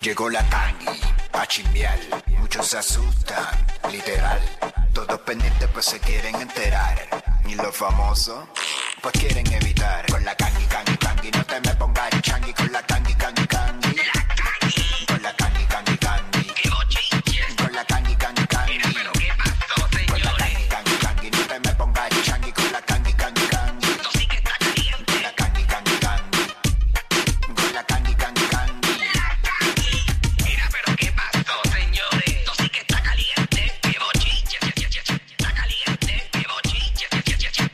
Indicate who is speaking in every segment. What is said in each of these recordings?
Speaker 1: Llegó la tangi, a chimbiar, muchos se asustan, literal. Todos pendientes pues se quieren enterar. Y los famosos pues quieren evitar. Con la tangi, tangi, tangi, no te me pongas changi. Con la tangi, tangi, tangi. Con la tangi, tangi, tangi. Con la tangi, tangi, tangi. Con la tangi, tangi, tangi, no te me pongas changi. Con la tangi, tangi, tangi. Con la tangi, tangi, tangi. Con la tangi, tangi, tangi.
Speaker 2: Mira, pero qué pasó, señores. Esto sí que está caliente. Qué bochiche, che, che, che, che. Está caliente. Qué bochiche, che, che, che, che.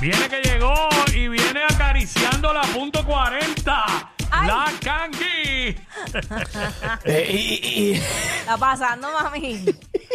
Speaker 3: Viene que llegó y viene acariciando la punto 40. La Kangi.
Speaker 4: Eh, y- y- y-
Speaker 5: Está pasando, mami.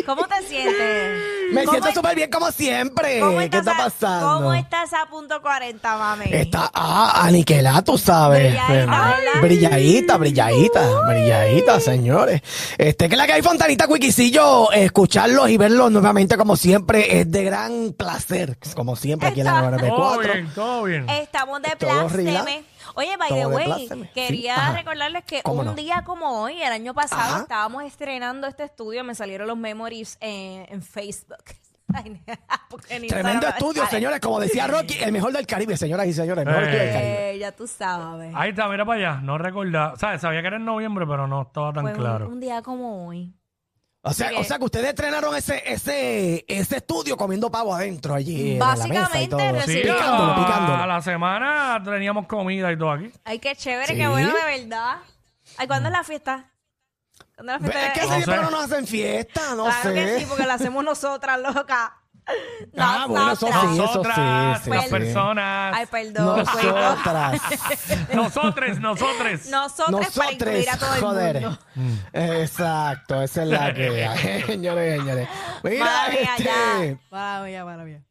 Speaker 5: ¿Cómo te sientes?
Speaker 4: me
Speaker 5: ¿Cómo
Speaker 4: siento
Speaker 5: es-
Speaker 4: súper bien como siempre.
Speaker 5: ¿Cómo
Speaker 4: Eh, ¿Qué
Speaker 5: estás
Speaker 4: está
Speaker 5: a-
Speaker 4: pasando?
Speaker 5: ¿Cómo estás a punto 40, mami?
Speaker 4: Está ah, aniquilada, tú sabes.
Speaker 5: Brilladita, ¿verdad?
Speaker 4: brilladita, brilladita, brilladita, señores. Este que la que hay Fontanita Cuiquicillo, eh, escucharlos y verlos nuevamente como siempre es de gran placer, como siempre aquí en la
Speaker 5: Exacto.
Speaker 3: Todo
Speaker 4: 94.
Speaker 3: bien, todo bien.
Speaker 5: Estamos de
Speaker 4: Todo relax.
Speaker 5: plásteme. Oye, by the
Speaker 4: Todo de
Speaker 5: way,
Speaker 4: plásteme.
Speaker 5: quería
Speaker 4: Sí, ajá.
Speaker 5: recordarles que
Speaker 4: ¿Cómo
Speaker 5: un
Speaker 4: no?
Speaker 5: día como hoy, el año pasado,
Speaker 4: Ajá.
Speaker 5: estábamos estrenando este estudio. Me salieron los memories en, en Facebook. Ay, porque en Instagram
Speaker 4: Tremendo
Speaker 5: no me
Speaker 4: estudio,
Speaker 5: sale.
Speaker 4: señores. Como decía Rocky, el mejor del Caribe, señoras y señores. El mejor
Speaker 3: Eh.
Speaker 4: estudio del Caribe.
Speaker 5: Eh, ya tú sabes.
Speaker 3: Ahí está, mira para allá. No recordaba. ¿Sabes? Sabía que era en noviembre, pero no estaba tan
Speaker 5: Pues un-
Speaker 3: claro.
Speaker 5: un día como hoy.
Speaker 4: O sea,
Speaker 5: Porque-
Speaker 4: o sea que ustedes estrenaron ese, ese, ese estudio comiendo pavo adentro allí. en la mesa y
Speaker 5: Básicamente,
Speaker 4: todo.
Speaker 5: recibí-
Speaker 4: picándolo,
Speaker 3: a-
Speaker 4: picándolo.
Speaker 3: a la semana teníamos comida y todo aquí.
Speaker 5: Ay, qué chévere,
Speaker 4: Sí.
Speaker 5: qué bueno, de verdad. Ay, ¿cuándo es la fiesta? ¿Cuándo es la
Speaker 4: Ve-
Speaker 5: fiesta?
Speaker 4: Es que
Speaker 5: de-
Speaker 4: hace
Speaker 3: No
Speaker 4: tiempo
Speaker 3: sé.
Speaker 4: que no nos hacen fiesta, no
Speaker 5: claro
Speaker 4: sé.
Speaker 5: que sí, porque la hacemos nosotras, loca.
Speaker 4: Ah, bueno, eso
Speaker 5: Nosotras.
Speaker 4: sí, eso
Speaker 3: Nosotras,
Speaker 4: sí, sí,
Speaker 3: las
Speaker 5: sí.
Speaker 3: personas.
Speaker 5: Ay, pues. perdón. perdón.
Speaker 4: Nosotras.
Speaker 3: Nosotros, nosotros.
Speaker 5: Nosotras, para
Speaker 4: Nosotros,
Speaker 5: incluir a todo el
Speaker 4: joder.
Speaker 5: mundo. Mm.
Speaker 4: Exacto, esa es la que hay, señores, señores. Mira,
Speaker 5: Madre mía,
Speaker 4: este,
Speaker 5: ya. Madre mía, madre mía.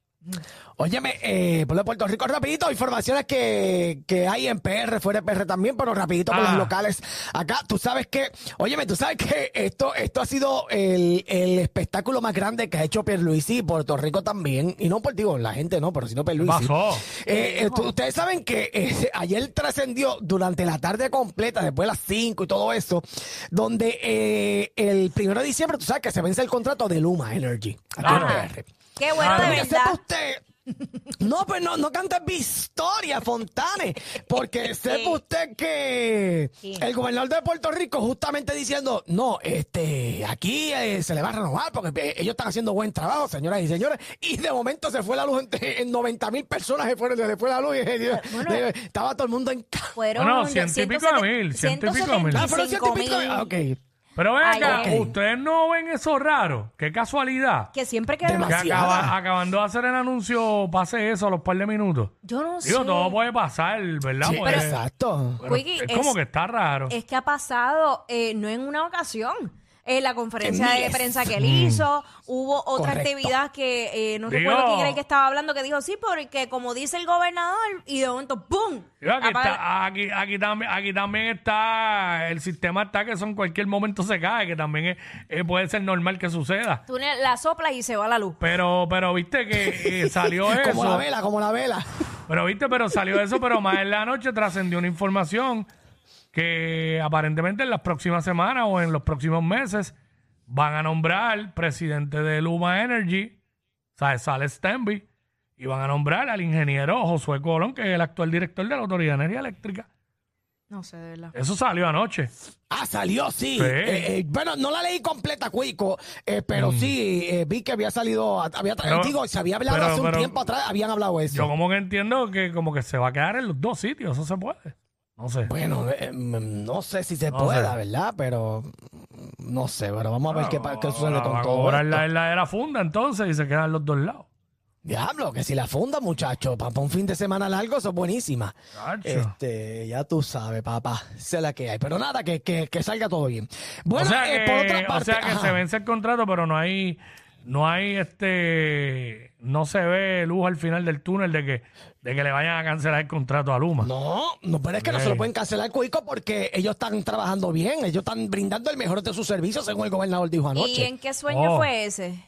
Speaker 4: óyeme, eh, pueblo de Puerto Rico, rapidito, informaciones que, que hay en PR, fuera de PR también, pero rapidito con
Speaker 3: Ah.
Speaker 4: las locales. Acá, tú sabes que, óyeme, tú sabes que esto, esto ha sido el, el espectáculo más grande que ha hecho Pierluisi y Puerto Rico también, y no por, digo, la gente no, pero sino
Speaker 3: ¿Qué
Speaker 4: Pierluisi.
Speaker 3: pasó?
Speaker 4: Eh, eh, tú- ustedes saben que eh, ayer trascendió durante la tarde completa, después de las 5 y todo eso, donde eh, el primero de diciembre, tú sabes que se vence el contrato de Luma Energy. aquí en
Speaker 3: Ajá.
Speaker 4: PR.
Speaker 5: Qué bueno,
Speaker 3: Ah,
Speaker 5: de
Speaker 4: Pero que sepa
Speaker 5: verdad.
Speaker 4: usted. No, pues no, no canta Victoria Fontane, porque sepa usted que
Speaker 5: Sí.
Speaker 4: el gobernador de Puerto Rico justamente diciendo, no, este, aquí eh, se le va a renovar porque eh, ellos están haciendo buen trabajo, señoras y señores, y de momento se fue la luz, en, 90 mil personas se, fueron, se le fue la luz, y, eh,
Speaker 5: Bueno.
Speaker 4: eh, estaba todo el mundo en casa.
Speaker 5: Fueron
Speaker 3: Bueno, ciento y pico de mil, ciento y pico de mil.
Speaker 4: Ah, pero si el
Speaker 5: Pues, cinco
Speaker 4: tipito- ah,
Speaker 5: mil.
Speaker 4: ok.
Speaker 3: Pero ven
Speaker 5: Ay,
Speaker 3: acá,
Speaker 4: ok.
Speaker 3: ustedes no ven eso raro. Qué casualidad.
Speaker 5: Que siempre que...
Speaker 3: Que
Speaker 4: Demasiado.
Speaker 3: acaba- acabando de hacer el anuncio, pase eso a los par de minutos.
Speaker 5: Yo no sé.
Speaker 3: Digo, todo puede pasar, ¿verdad?
Speaker 4: Sí,
Speaker 3: Porque-
Speaker 4: exacto.
Speaker 3: pero
Speaker 5: Wiki,
Speaker 3: es, como
Speaker 5: es-
Speaker 3: que está raro.
Speaker 5: es que ha pasado eh, no en una ocasión. En la conferencia
Speaker 4: En
Speaker 5: de
Speaker 4: miles.
Speaker 5: prensa que él hizo, hubo otra
Speaker 4: Correcto.
Speaker 5: actividad que eh, no
Speaker 3: Digo-
Speaker 5: recuerdo quién era el que estaba hablando, que dijo sí, porque como dice el gobernador, y de momento ¡pum!
Speaker 3: Digo, aquí,
Speaker 5: Apaga-
Speaker 3: está- aquí- aquí también, aquí también está, el sistema está que son cualquier momento se cae, que también es- eh, puede ser normal que suceda.
Speaker 5: Tú ne- la soplas y se va la luz.
Speaker 3: Pero, pero viste que eh, salió
Speaker 4: Como la
Speaker 3: eso.
Speaker 4: vela, como la vela.
Speaker 3: Pero viste, pero salió eso, pero más en la noche trascendió una información que aparentemente en las próximas semanas o en los próximos meses van a nombrar presidente de Luma Energy, o sea, sale Stenby, y van a nombrar al ingeniero Josué Colón, que es el actual director de la Autoridad de Energía Eléctrica.
Speaker 5: No sé, de verdad.
Speaker 3: Eso salió anoche.
Speaker 4: Ah, salió, sí.
Speaker 3: Sí.
Speaker 4: Eh, eh, bueno, no la leí completa, Cuico, eh, pero sí, eh, vi que había salido, había tra-
Speaker 3: Mm. Pero-
Speaker 4: digo, se había hablado
Speaker 3: pero-
Speaker 4: hace un
Speaker 3: pero-
Speaker 4: tiempo atrás, habían hablado eso.
Speaker 3: Yo como que entiendo que como que se va a quedar en los dos sitios, eso se puede. No sé.
Speaker 4: Bueno, eh, mm, no sé si se
Speaker 3: No
Speaker 4: pueda,
Speaker 3: sé.
Speaker 4: ¿verdad? Pero mm, no sé, pero vamos a ver qué, Pues pa- qué sucede
Speaker 3: Ahora va
Speaker 4: con
Speaker 3: a
Speaker 4: todo.
Speaker 3: cobrar
Speaker 4: esto.
Speaker 3: la heladera funda entonces y se quedan los dos lados.
Speaker 4: Diablo, que si la funda, muchacho, para un fin de semana largo, eso es buenísima.
Speaker 3: Chacho.
Speaker 4: Este, ya tú sabes, papá, sé la que hay. Pero nada, que, que, que salga todo bien.
Speaker 3: O
Speaker 4: Bueno,
Speaker 3: sea
Speaker 4: eh,
Speaker 3: que,
Speaker 4: por otra
Speaker 3: o
Speaker 4: parte.
Speaker 3: sea que
Speaker 4: ajá.
Speaker 3: se vence el contrato, pero no hay, no hay este, no se ve luz al final del túnel de que, de que le vayan a cancelar el contrato a Luma.
Speaker 4: No, no, pero es que no se lo pueden cancelar, Cuico, porque ellos están trabajando bien, ellos están brindando el mejor de sus servicios, según el gobernador dijo
Speaker 5: ¿Y
Speaker 4: anoche. En...
Speaker 5: en qué sueño
Speaker 3: Oh.
Speaker 5: fue ese?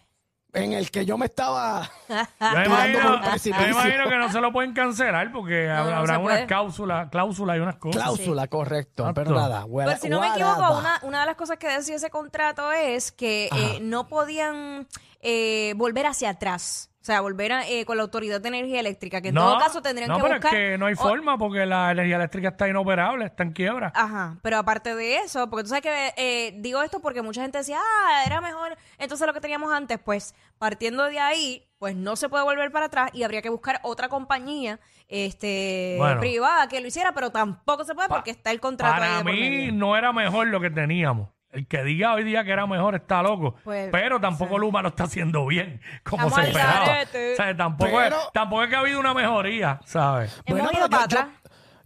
Speaker 4: el que yo me estaba.
Speaker 3: Yo me,
Speaker 4: Tirando por
Speaker 3: imagino,
Speaker 4: un
Speaker 3: yo me
Speaker 4: precipicio.
Speaker 3: imagino que no se lo pueden cancelar porque
Speaker 5: No, no
Speaker 3: habrá unas
Speaker 5: se puede.
Speaker 3: cláusulas, cláusulas y unas cosas.
Speaker 4: Cláusula, correcto.
Speaker 3: Exacto.
Speaker 4: Pero nada, guara-
Speaker 5: Pero Pues, si no me equivoco,
Speaker 4: guaraba.
Speaker 5: una, una de las cosas que decía ese contrato es que eh, no podían eh, volver hacia atrás. O sea, volver a, eh, con la Autoridad de Energía Eléctrica, que en todo caso tendrían
Speaker 3: no,
Speaker 5: que
Speaker 3: pero
Speaker 5: buscar...
Speaker 3: es que no hay
Speaker 5: o-
Speaker 3: forma porque la energía eléctrica está inoperable, está en quiebra.
Speaker 5: Ajá, pero aparte de eso, porque tú sabes que eh, digo esto porque mucha gente decía, ah, era mejor entonces lo que teníamos antes, pues partiendo de ahí, pues no se puede volver para atrás y habría que buscar otra compañía este
Speaker 3: Bueno.
Speaker 5: privada que lo hiciera, pero tampoco se puede
Speaker 3: Pa-
Speaker 5: porque está el contrato ahí
Speaker 3: Para
Speaker 5: de por
Speaker 3: mí
Speaker 5: medio.
Speaker 3: no era mejor lo que teníamos. El que diga hoy día que era mejor está loco.
Speaker 5: Pues,
Speaker 3: pero tampoco Luma lo está haciendo bien, como
Speaker 5: Estamos
Speaker 3: se
Speaker 5: al
Speaker 3: esperaba.
Speaker 5: garete.
Speaker 3: O sea, tampoco,
Speaker 4: Pero-
Speaker 3: es, tampoco es que ha habido una mejoría, ¿sabes?
Speaker 5: Hemos
Speaker 4: pero
Speaker 5: ido para
Speaker 4: yo,
Speaker 5: atrás.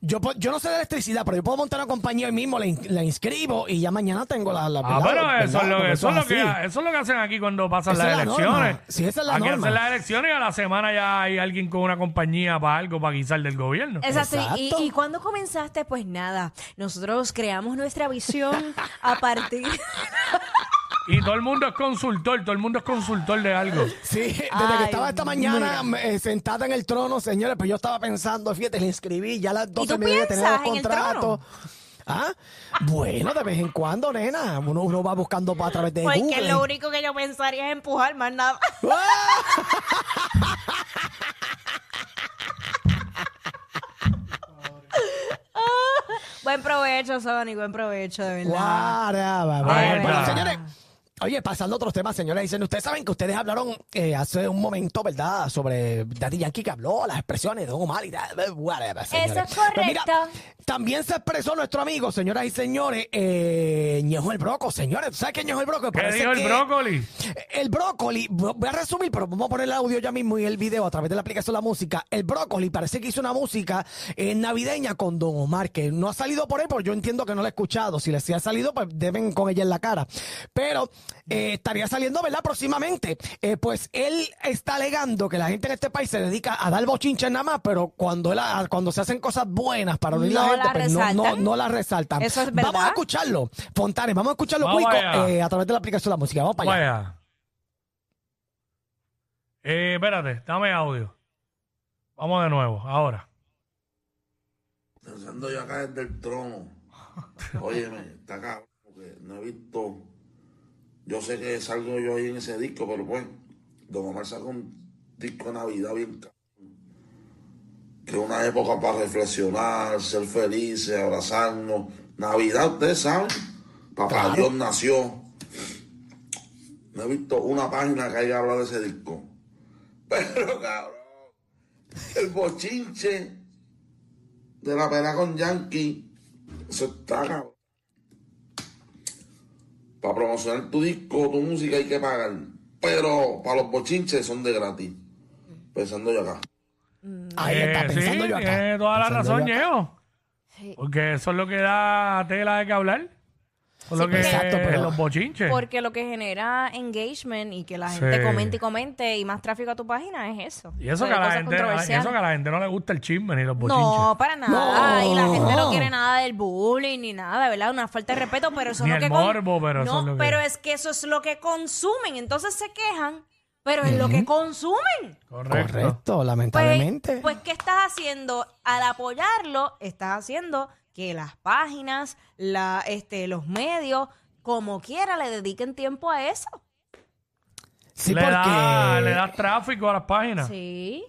Speaker 4: Yo, yo- yo no sé de electricidad, pero yo puedo montar una compañía hoy mismo, la, in- la inscribo y ya mañana tengo la. la
Speaker 3: Ah,
Speaker 4: ¿verdad?
Speaker 3: pero
Speaker 4: ¿verdad?
Speaker 3: eso es, lo,
Speaker 4: Porque
Speaker 3: eso, es lo
Speaker 4: así.
Speaker 3: que, eso es lo que hacen aquí cuando pasan
Speaker 4: Esa
Speaker 3: las
Speaker 4: es la norma.
Speaker 3: elecciones.
Speaker 4: Sí, esa es la
Speaker 3: aquí
Speaker 4: norma.
Speaker 3: hacen las elecciones y a la semana ya hay alguien con una compañía para algo, para guisar del gobierno.
Speaker 5: Exacto. Y,
Speaker 4: Exacto.
Speaker 5: y cuando comenzaste, pues nada, nosotros creamos nuestra visión a partir...
Speaker 3: Y todo el mundo es consultor, todo el mundo es consultor de algo.
Speaker 4: Sí, desde que
Speaker 5: Ay,
Speaker 4: estaba esta mañana eh, sentada en el trono, señores, pues yo estaba pensando, fíjate, le inscribí, ya a las 12
Speaker 5: tú
Speaker 4: media de tener los
Speaker 5: piensas en el
Speaker 4: contratos.
Speaker 5: trono?
Speaker 4: ¿Ah? Bueno, de vez en cuando, nena, uno, uno va buscando pa- a través de
Speaker 5: Porque
Speaker 4: Google. ¡Ah!
Speaker 5: lo único que yo pensaría es empujar más nada. buen provecho, Sony, buen provecho, de verdad.
Speaker 4: Guaraba,
Speaker 3: Ahí
Speaker 4: bueno, bueno,
Speaker 3: está.
Speaker 4: señores. Oye, pasando a otros temas, señores, dicen, ustedes saben que ustedes hablaron eh, hace un momento, ¿verdad? Sobre Daddy Yankee que habló, las expresiones de Don Omar y tal, eh, whatever, señores.
Speaker 5: es correcto.
Speaker 4: Pero mira, también se expresó nuestro amigo, señoras y señores, eh, Ñejo el Broco, señores. ¿Tú sabes qué es Ñejo el Broco?
Speaker 3: ¿Qué
Speaker 4: Parece
Speaker 3: dijo el
Speaker 4: que-
Speaker 3: brócoli?
Speaker 4: El brócoli, vo- voy a resumir, pero vamos a poner el audio ya mismo y el video a través de la aplicación La Música. El brócoli parece que hizo una música eh, navideña con Don Omar, que no ha salido por él, porque yo entiendo que no la he escuchado. Si le si ha salido, pues deben con ella en la cara. Pero eh, estaría saliendo, ¿verdad? Próximamente. Eh, pues él está alegando que la gente en este país se dedica a dar bochinches nada más, pero cuando, él ha- cuando se hacen cosas buenas para unir
Speaker 5: No
Speaker 4: la gente,
Speaker 5: la
Speaker 4: pues no, no,
Speaker 5: resaltan.
Speaker 4: no la resaltan.
Speaker 5: Eso es
Speaker 4: Vamos a
Speaker 5: verdad.
Speaker 4: escucharlo, Fontanes, vamos a escucharlo,
Speaker 3: Vamos
Speaker 4: Cuico,
Speaker 3: allá.
Speaker 4: eh, a través de la aplicación La Música. Vamos para allá.
Speaker 3: Vaya. Eh, espérate, dame audio. Vamos de nuevo, ahora.
Speaker 6: Pensando yo acá desde el trono. Óyeme, está cabrón, porque no he visto. Yo sé que salgo yo ahí en ese disco, pero pues, Don Omar sacó un disco de Navidad bien cabrón. Que es una época para reflexionar, ser felices, abrazarnos. Navidad, ustedes saben, Papá
Speaker 4: Claro.
Speaker 6: Dios nació. No he visto una página que haya hablado de ese disco. Pero cabrón, el bochinche de la pena con Yankee. Eso está cabrón. Para promocionar tu disco, tu música hay que pagar. Pero para los bochinches son de gratis. Pensando yo acá.
Speaker 4: Ahí
Speaker 3: Eh,
Speaker 4: está, pensando
Speaker 3: sí,
Speaker 4: yo acá.
Speaker 3: tiene toda la
Speaker 4: Pensando
Speaker 3: razón,
Speaker 4: yo acá.
Speaker 3: Ñeo.
Speaker 5: Sí.
Speaker 3: Porque eso es lo que da tela de que hablar. Por lo que
Speaker 4: exacto, pero-
Speaker 3: los bochinches.
Speaker 5: Porque lo que genera engagement y que la gente
Speaker 3: Sí.
Speaker 5: comente y comente y más tráfico a tu página es eso.
Speaker 3: y eso
Speaker 5: Son
Speaker 3: que, a la
Speaker 5: cosas
Speaker 3: gente, y
Speaker 5: controversiales.
Speaker 3: eso que a la gente no le gusta el chisme ni los bochinches.
Speaker 5: No, para nada.
Speaker 4: No.
Speaker 5: Y la gente no quiere nada del bullying ni nada, ¿verdad? Una falta de respeto, pero eso
Speaker 3: Ni
Speaker 5: es
Speaker 3: el
Speaker 5: lo que. con-
Speaker 3: morbo, pero eso
Speaker 5: no,
Speaker 3: es lo que-
Speaker 5: pero es que eso es lo que consumen. Entonces se quejan, pero es lo que consumen.
Speaker 3: Correcto.
Speaker 4: Correcto,
Speaker 5: Pues,
Speaker 4: lamentablemente.
Speaker 5: pues, ¿qué estás haciendo? Al apoyarlo, estás haciendo que las páginas, la, este, los medios, como quiera, le dediquen tiempo a eso.
Speaker 4: sí,
Speaker 3: le,
Speaker 4: porque.
Speaker 3: da, le das tráfico a las páginas.
Speaker 5: Sí.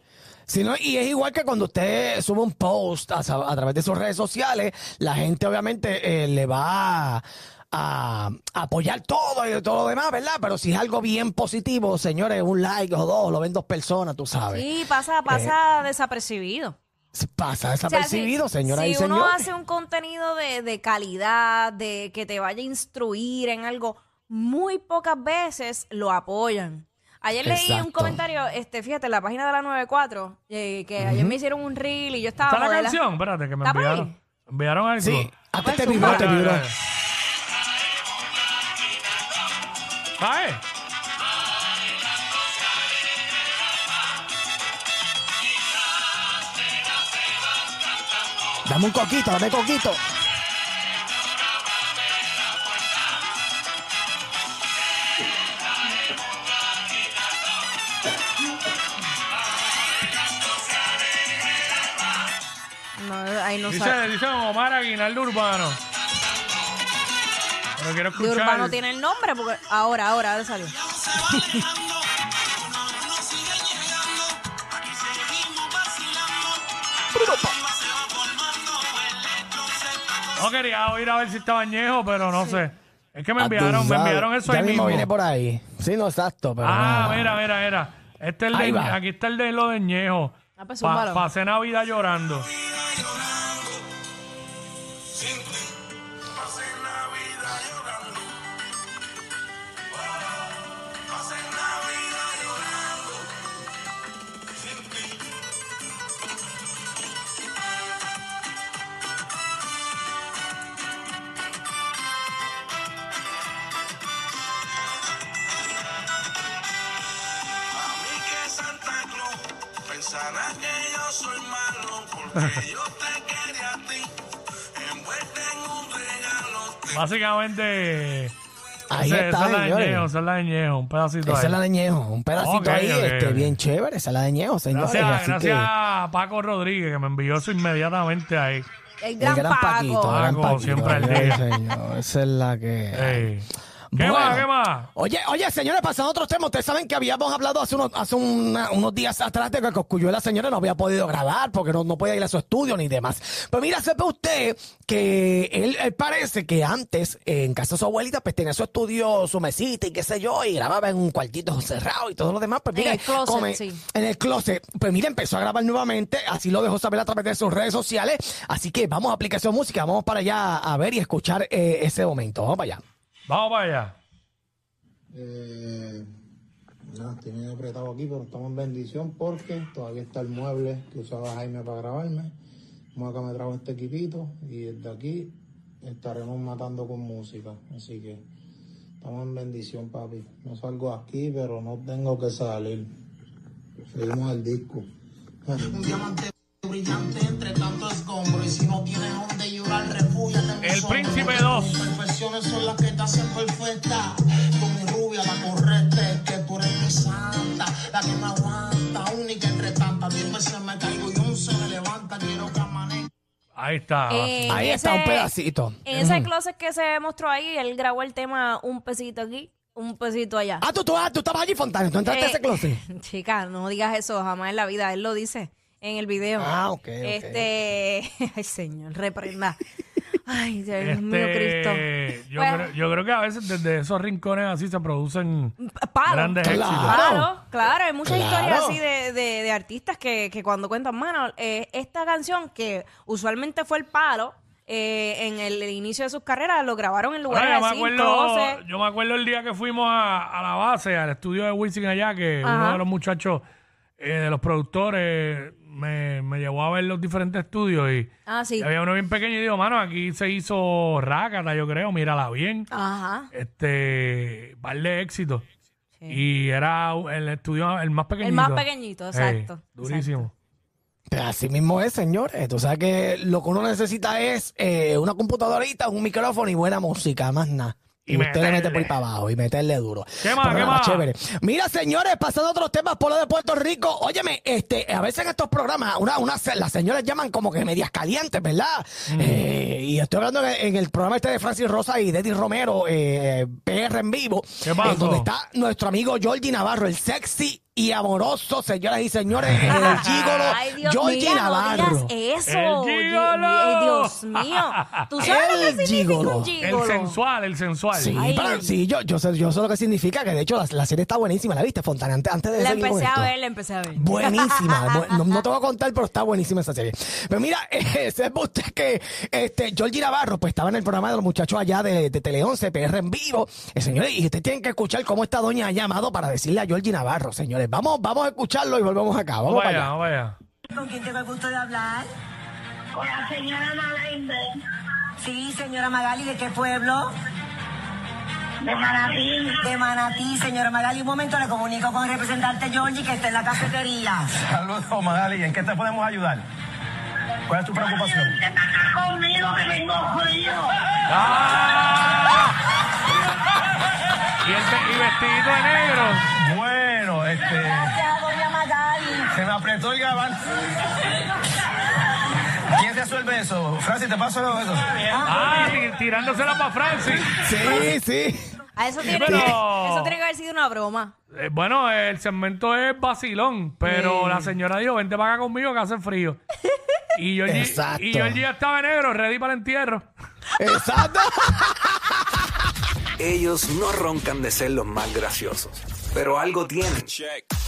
Speaker 4: Sí, ¿no? y es igual que cuando usted sube un post a, a través de sus redes sociales, la gente obviamente eh, le va a, a apoyar todo y todo lo demás, ¿verdad? Pero si es algo bien positivo, señores, un like o dos, lo ven dos personas, tú sabes.
Speaker 5: Sí, pasa, pasa desapercibido.
Speaker 4: Pasa
Speaker 5: O sea,
Speaker 4: desapercibido,
Speaker 5: si-
Speaker 4: señora
Speaker 5: si
Speaker 4: y
Speaker 5: uno
Speaker 4: señor.
Speaker 5: hace un contenido de, de calidad, de que te vaya a instruir en algo, muy pocas veces lo apoyan. Ayer leí un
Speaker 4: Exacto.
Speaker 5: comentario, este, fíjate, en la página de la 94, eh, que ayer me hicieron un reel y yo estaba...
Speaker 3: ¿Está la
Speaker 5: modela-
Speaker 3: canción? Espérate, que me
Speaker 5: ¿Está por ahí?
Speaker 3: enviaron. Enviaron algo.
Speaker 4: Sí, hasta te
Speaker 5: Pues,
Speaker 4: vibró,
Speaker 5: zumba.
Speaker 4: te vibró.
Speaker 3: ¿Sabes?
Speaker 4: Dame un coquito, dame coquito.
Speaker 5: No, ahí no
Speaker 3: Dice,
Speaker 5: sabe.
Speaker 3: dice Omar Aguinaldo Urbano. Pero quiero
Speaker 5: De
Speaker 3: escuchar.
Speaker 5: Urbano tiene el nombre, porque ahora, ahora, ahora salió.
Speaker 3: No quería oír a ver si estaba añejo, pero no sé. Es que me
Speaker 4: Ah, tú
Speaker 3: enviaron, me
Speaker 4: sabes.
Speaker 3: enviaron eso
Speaker 4: ya
Speaker 3: ahí
Speaker 4: mismo.
Speaker 3: mismo.
Speaker 4: viene por ahí. Sí, no, exacto. Pero
Speaker 3: Ah,
Speaker 4: nada.
Speaker 3: mira, mira, mira. Este es el de-
Speaker 4: Ahí va.
Speaker 3: aquí está el de lo de Ñejo.
Speaker 5: Ah, pues,
Speaker 3: Pa-
Speaker 5: zúmbalo.
Speaker 3: pasé Navidad llorando.
Speaker 7: A mí que Santa Claus pensará que yo soy malo porque yo te quería a ti. Envuelta en un regalo
Speaker 3: Básicamente,
Speaker 4: Ahí
Speaker 3: ese-
Speaker 4: está,
Speaker 3: esa es la de
Speaker 4: señores.
Speaker 3: Ñejo, esa es la de Ñejo, un pedacito
Speaker 4: Esa
Speaker 3: ahí.
Speaker 4: es la de Ñejo, un pedacito
Speaker 3: Ok,
Speaker 4: ahí,
Speaker 3: ok,
Speaker 4: este,
Speaker 3: ok.
Speaker 4: bien chévere, esa es la de Ñejo, señores.
Speaker 3: Gracias,
Speaker 4: así
Speaker 3: gracias a Paco Rodríguez que me envió eso inmediatamente ahí.
Speaker 5: El
Speaker 4: que, el
Speaker 5: gran,
Speaker 4: gran Paquito,
Speaker 5: Paco.
Speaker 4: el gran
Speaker 3: Paco,
Speaker 4: Paquito.
Speaker 3: siempre al
Speaker 4: ay,
Speaker 3: día.
Speaker 4: señor, esa es la que...
Speaker 3: Ey. ¿Qué
Speaker 4: Bueno.
Speaker 3: más? ¿Qué más?
Speaker 4: Oye, oye, señores, pasando a otros temas, ustedes saben que habíamos hablado hace unos, hace una- unos días atrás de que Coscuyuela, señores, no había podido grabar porque no, no podía ir a su estudio ni demás. Pero mira, sepa usted que él, él parece que antes, eh, en casa de su abuelita, pues tenía su estudio, su mesita y qué sé yo, y grababa en un cuartito cerrado y todo lo demás. Pues
Speaker 5: En
Speaker 4: mire,
Speaker 5: el closet,
Speaker 4: come-
Speaker 5: sí.
Speaker 4: en el closet. Pues mira, empezó a grabar nuevamente, así lo dejó saber a través de sus redes sociales. Así que vamos a aplicación música, vamos para allá a ver y escuchar eh, ese momento. Vamos para allá.
Speaker 3: Vamos para allá.
Speaker 8: Eh, nada, estoy medio apretado aquí, pero estamos en bendición porque todavía está el mueble que usaba Jaime para grabarme. Vamos acá me trajo este equipito y desde aquí estaremos matando con música. Así que estamos en bendición, papi. No salgo aquí, pero no tengo que salir. Seguimos al disco.
Speaker 9: brillante entre tanto escombro y si no tienes donde llorar refúgiate en mi
Speaker 3: El
Speaker 9: sombra.
Speaker 3: Príncipe 2.
Speaker 9: Mis perfecciones son las que te hacen perfecta tú mi rubia la correcta es que tú eres mi santa la que me aguanta única entre tantas diez veces me caigo y un se me levanta quiero que amanezca
Speaker 3: Ahí está.
Speaker 5: En
Speaker 4: Ahí está un pedacito.
Speaker 5: En ese closet que se mostró ahí, él grabó el tema un pesito aquí, un pesito allá.
Speaker 4: Ah, tú, tú, ah, tú estabas allí, Fontana. Tú entraste a ese
Speaker 5: Eh,
Speaker 4: closet.
Speaker 5: Chica, no digas eso jamás en la vida. Él lo dice en el video.
Speaker 4: Ah, ok, ok.
Speaker 5: Este. Ay, señor, reprenda. Ay, Dios mío, Cristo.
Speaker 3: Este, yo,
Speaker 5: Bueno.
Speaker 3: creo, yo creo que a veces desde esos rincones así se producen
Speaker 5: Palo.
Speaker 3: grandes
Speaker 4: Claro.
Speaker 3: éxitos.
Speaker 5: Claro, claro, hay muchas
Speaker 4: Claro.
Speaker 5: historias así de, de- de artistas que, que cuando cuentan, mano, eh, esta canción que usualmente fue el palo eh, en el inicio de sus carreras, lo grabaron en lugares
Speaker 3: Ahora, yo, me
Speaker 5: Pues así, en
Speaker 3: acuerdo,
Speaker 5: closet.
Speaker 3: yo me acuerdo el día que fuimos a, a la base, al estudio de Wisin allá, que uno
Speaker 5: Ajá.
Speaker 3: de los muchachos eh, de los productores me, me llevó a ver los diferentes estudios y,
Speaker 5: Ah, sí.
Speaker 3: y había uno bien pequeño y digo, mano, aquí se hizo Rácata, yo creo, mírala bien.
Speaker 5: Ah. Ajá.
Speaker 3: Este, par de éxitos.
Speaker 5: Sí.
Speaker 3: Y era el estudio, el más pequeñito.
Speaker 5: Eh. El más pequeñito,
Speaker 3: Ey,
Speaker 5: exacto.
Speaker 3: durísimo.
Speaker 4: Pero así mismo es, señores. Tú sabes que lo que uno necesita es eh, una computadorita, un micrófono y buena música, más nada. Y,
Speaker 3: Y
Speaker 4: usted le mete
Speaker 3: meterle.
Speaker 4: por ahí para abajo y meterle duro.
Speaker 3: ¿Qué más,
Speaker 4: Pero
Speaker 3: qué
Speaker 4: nada,
Speaker 3: más?
Speaker 4: Chévere. Mira, señores, pasando a otros temas, por lo de Puerto Rico. Óyeme, este, a veces en estos programas, una, una, se- las señoras llaman como que medias calientes, ¿verdad?
Speaker 3: Mm.
Speaker 4: Eh, y estoy hablando en, en el programa este de Francis Rosa y Deddy Romero, eh, PR en vivo,
Speaker 3: ¿Qué pasó?
Speaker 4: en donde está nuestro amigo Jordi Navarro, el sexy y amoroso, señoras y señores, el
Speaker 5: Ay,
Speaker 4: gigolo
Speaker 5: Dios
Speaker 4: Georgie
Speaker 5: mío,
Speaker 4: Navarro.
Speaker 5: no digas eso.
Speaker 3: El
Speaker 5: Di-
Speaker 3: gigolo.
Speaker 5: eh, Dios mío. ¿Tú sabes lo
Speaker 4: El
Speaker 5: que significa
Speaker 4: gigolo.
Speaker 3: El
Speaker 5: un gigolo?
Speaker 3: sensual, el sensual.
Speaker 4: Sí,
Speaker 5: Ay.
Speaker 4: pero sí, yo, yo, sé, yo sé lo que significa, que de hecho la, la serie está buenísima, ¿la viste, Fontana? Antes, antes de
Speaker 5: La
Speaker 4: seguir con
Speaker 5: empecé a
Speaker 4: esto.
Speaker 5: ver, la empecé a ver.
Speaker 4: Buenísima. Bu- No, no te voy a contar, pero está buenísima esa serie. Pero mira, eh, sepa usted que este, Georgie Navarro pues, estaba en el programa de los muchachos allá de, de Tele 11, PR en vivo. Eh, señores, y ustedes tienen que escuchar cómo esta doña ha llamado para decirle a Georgie Navarro, señores. Vamos, vamos a escucharlo y volvemos acá. Vamos
Speaker 3: Vamos
Speaker 4: para
Speaker 3: allá,
Speaker 4: allá.
Speaker 3: vamos allá.
Speaker 10: ¿Con quién tengo el gusto de hablar? Con la señora Magali. Sí, señora Magali, ¿de qué pueblo? De Manatí. De Manatí, señora Magali. Un momento, le comunico con el representante Georgie que está en la cafetería.
Speaker 11: Saludos, Magali. ¿En qué te podemos ayudar? ¿Cuál es tu preocupación?
Speaker 10: conmigo que vengo jodido.
Speaker 3: Ah. Y, el ve- y vestidito de negro.
Speaker 11: Bueno, este,
Speaker 10: Gracias, doña Magali.
Speaker 11: se me apretó el gabán. ¿Quién resuelve eso? Francis, te paso eso.
Speaker 3: Ah, ti- tirándosela para Francis.
Speaker 4: Sí, sí.
Speaker 5: Ah, eso, tiene
Speaker 3: Pero-
Speaker 5: que, eso tiene que haber sido una broma.
Speaker 3: Eh, bueno, el segmento es vacilón, pero la señora dijo, vente para acá conmigo que hace frío. Y yo
Speaker 4: Exacto.
Speaker 3: y Georgie ya estaba de negro, ready para el entierro.
Speaker 4: Exacto.
Speaker 7: Ellos no roncan de ser los más graciosos, pero algo tienen.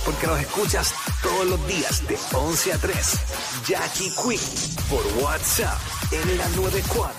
Speaker 7: Porque los escuchas todos los días de 11 a 3. Jackie Quick por WhatsApp en la 94.